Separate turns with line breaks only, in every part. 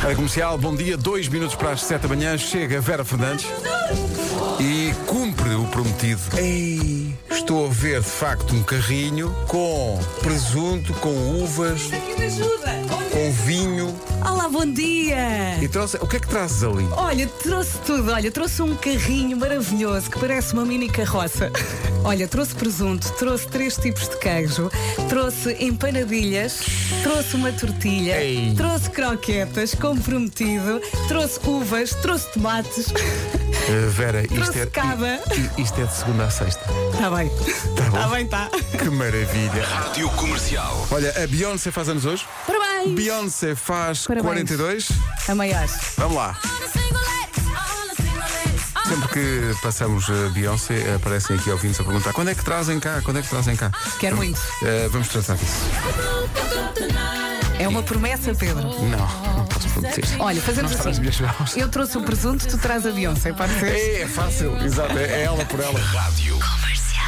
Rádio Comercial, bom dia. Dois minutos para as sete da manhã, chega Vera Fernandes e cumpre o prometido. Ei, estou a ver de facto um carrinho com presunto, com uvas,
Aqui me ajuda.
com vinho.
Olá, bom dia.
E trouxe, o que é que trazes ali?
Olha, trouxe tudo. Olha, trouxe um carrinho maravilhoso que parece uma mini carroça. Olha, trouxe presunto, trouxe três tipos de queijo, trouxe empanadilhas, trouxe uma tortilha,
Ei.
trouxe croquetas, como prometido, trouxe uvas, trouxe tomates.
Eh, Vera, isto
Trouxe
é,
cava.
i- isto é de segunda a sexta.
Tá bem. Tá
bom.
bem, tá.
Que maravilha.
Rádio Comercial.
Olha, a Beyoncé faz anos hoje.
Parabéns.
Beyoncé faz
Parabéns.
42.
A maior.
Vamos lá. Sempre que passamos a Beyoncé, aparecem aqui ouvintes a perguntar quando é que trazem cá, quando é que trazem cá.
Quero muito.
Eh, vamos tratar disso.
É uma promessa, Pedro.
Não, não posso prometer.
Olha, fazemos
Para as
assim.
minhas mãos.
Eu trouxe o presunto, tu traz a Beyoncé, pode ser?
É, é fácil, exato, é é ela por ela.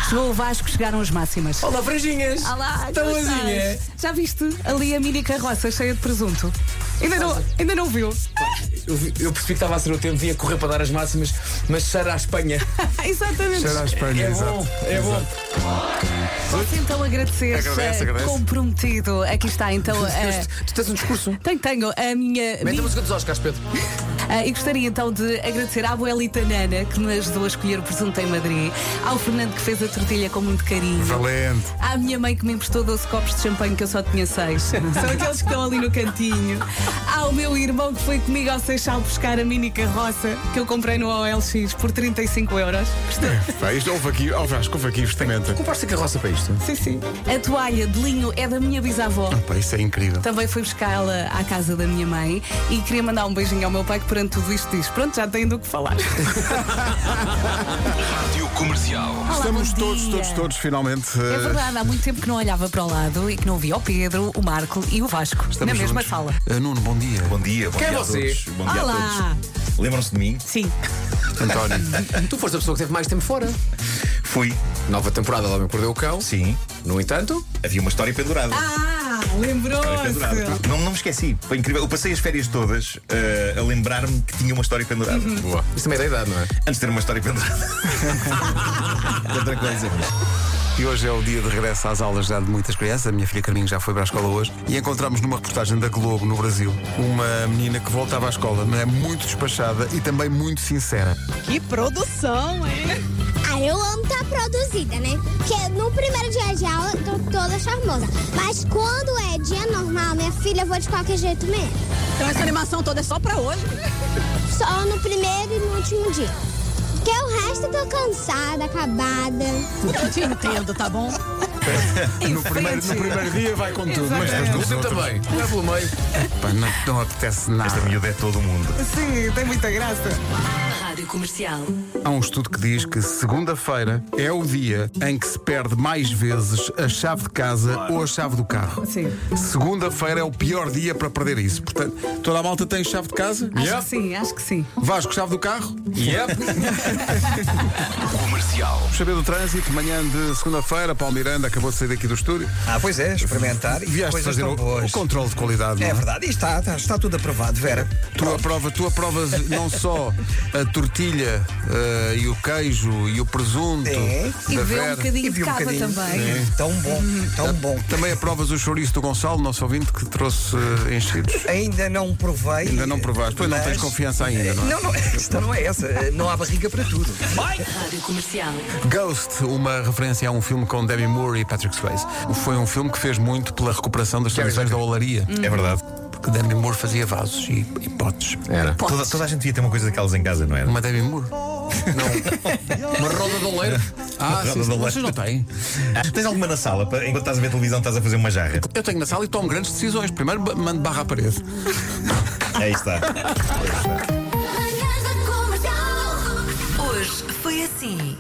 Chegou o Vasco, chegaram as máximas.
Olá, franjinhas!
Olá,
Então,
como
assim,
Azinha?
é?
estás? Já viste ali a mini carroça cheia de presunto? Ainda não, ainda não viu?
Eu, vi- eu percebi que estava a ser o tempo, ia correr para dar as máximas, mas cheira à Espanha.
Exatamente.
Cheira à Espanha,
É
exato.
bom, é bom.
Posso então agradecer.
Agradece,
eh,
agradece.
Comprometido. Aqui está então. eh,
Tu tens um discurso.
tenho, tenho a minha.
Mete
minha-
a música dos Oscars, Pedro.
Ah, e gostaria então de agradecer à abuelita Nana, que me ajudou a escolher o presunto em Madrid, ao Fernando, que fez a tortilha com muito carinho.
Valente.
À minha mãe que me emprestou 12 copos de champanhe que eu só tinha 6. São aqueles que estão ali no cantinho. Ao meu irmão que foi comigo ao Seixal buscar a mini carroça que eu comprei no OLX por 35 euros.
Pá, isto houve aqui, oh Vasco, houve aqui investimento.
Compraste a carroça para isto?
Sim, sim. A toalha de linho é da minha bisavó.
Pá, isso é incrível.
Também fui buscá-la à casa da minha mãe e queria mandar um beijinho ao meu pai que perante tudo isto diz: Pronto, já tenho do que falar.
Rádio Comercial.
Olá,
Estamos
bom
todos,
dia.
todos, todos, finalmente. eh,
É verdade, há muito tempo que não olhava para o lado e que não via o Pedro, o Marco e o Vasco na mesma sala.
Eh, Nuno, bom dia.
Bom dia, bom
Quem
dia
é você?
a todos. Bom dia
Olá.
a todos. Lembram-se de mim?
Sim.
António.
Tu foste a pessoa que teve mais tempo fora.
Fui.
Nova temporada do Homem que Perdeu o Cão.
Sim.
No entanto,
Havia uma história pendurada.
Ah,
Uma
É
história
lembrou-se.
pendurada. Não, não me esqueci. Foi incrível. Eu passei as férias todas eh, a lembrar-me que tinha uma história pendurada. Boa.
isso também é da idade, não é?
Antes de ter uma história pendurada. Outra coisa.
E hoje é o dia de regresso às aulas já de muitas crianças. A minha filha Carminho já foi para a escola hoje. E encontramos numa reportagem da Globo no Brasil uma menina que voltava à escola, mas é muito despachada e também muito sincera.
Que produção, hein?
Ah, eu amo estar produzida, né? Porque no primeiro dia de aula eu tô toda charmosa. Mas quando é dia normal, minha filha, eu vou de qualquer jeito mesmo.
Então essa animação toda é só pra hoje.
Só no primeiro e no último dia. Porque o resto eu tô cansada, acabada.
Eu te entendo, tá bom?
No primeiro, no primeiro dia vai com tudo, mas depois
No
nos
tempo
outros,
também. Não é pelo meio.
pá, não, não apetece
Esta
nada.
miúda é todo o mundo.
Sim, tem muita graça.
Rádio Comercial.
Há um estudo que diz que segunda-feira é o dia em que se perde mais vezes a chave de casa ou a chave do carro.
Sim.
Segunda-feira é o pior dia para perder isso. Portanto, toda a malta tem chave de casa?
Acho que sim, acho que sim.
Vasco, chave do carro?
Yep.
Comercial.
Vamos saber do trânsito, manhã de segunda-feira, Paulo Miranda acabou de sair daqui do estúdio.
Ah, pois é, experimentar e
Vieste
coisas
fazer
tão
o,
boas.
o controle de qualidade. não
É
é?
verdade, e está, está, está tudo aprovado, Vera.
Tu, aprova, tu aprovas não só a tortilha eh, e o queijo e o presunto
É.
E
da
vê um
Vera.
bocadinho de
vi
cava também.
Sim, Tão bom, tão
Uhum.
bom.
Também aprovas o chouriço do Gonçalo, nosso ouvinte, que trouxe eh, enchidos.
Ainda não provei.
Ainda não provaste. Pois não tens confiança ainda, não é?
Não, não, esta não é essa. Não há barriga para tudo.
Rádio Comercial.
Ghost, uma referência a um filme com Demi Moore e Patrick Swayze. Foi um filme que fez muito pela recuperação das tradições da olaria.
É verdade.
Porque Demi Moore fazia vasos e, e potes.
Era.
Toda, toda a gente devia ter uma coisa daquelas em casa, não é? era?
Uma Demi Moore?
Uma roda de oleiro.
Ah,
Roda
sim,
de
sim.
oleiro.
Vocês não têm?
Tens alguma na sala? para- Enquanto estás a ver televisão, estás a fazer uma jarra.
Eu tenho na sala e tomo grandes decisões. Primeiro ba- mando barra à parede.
Aí está. Aí está.
Hoje foi assim.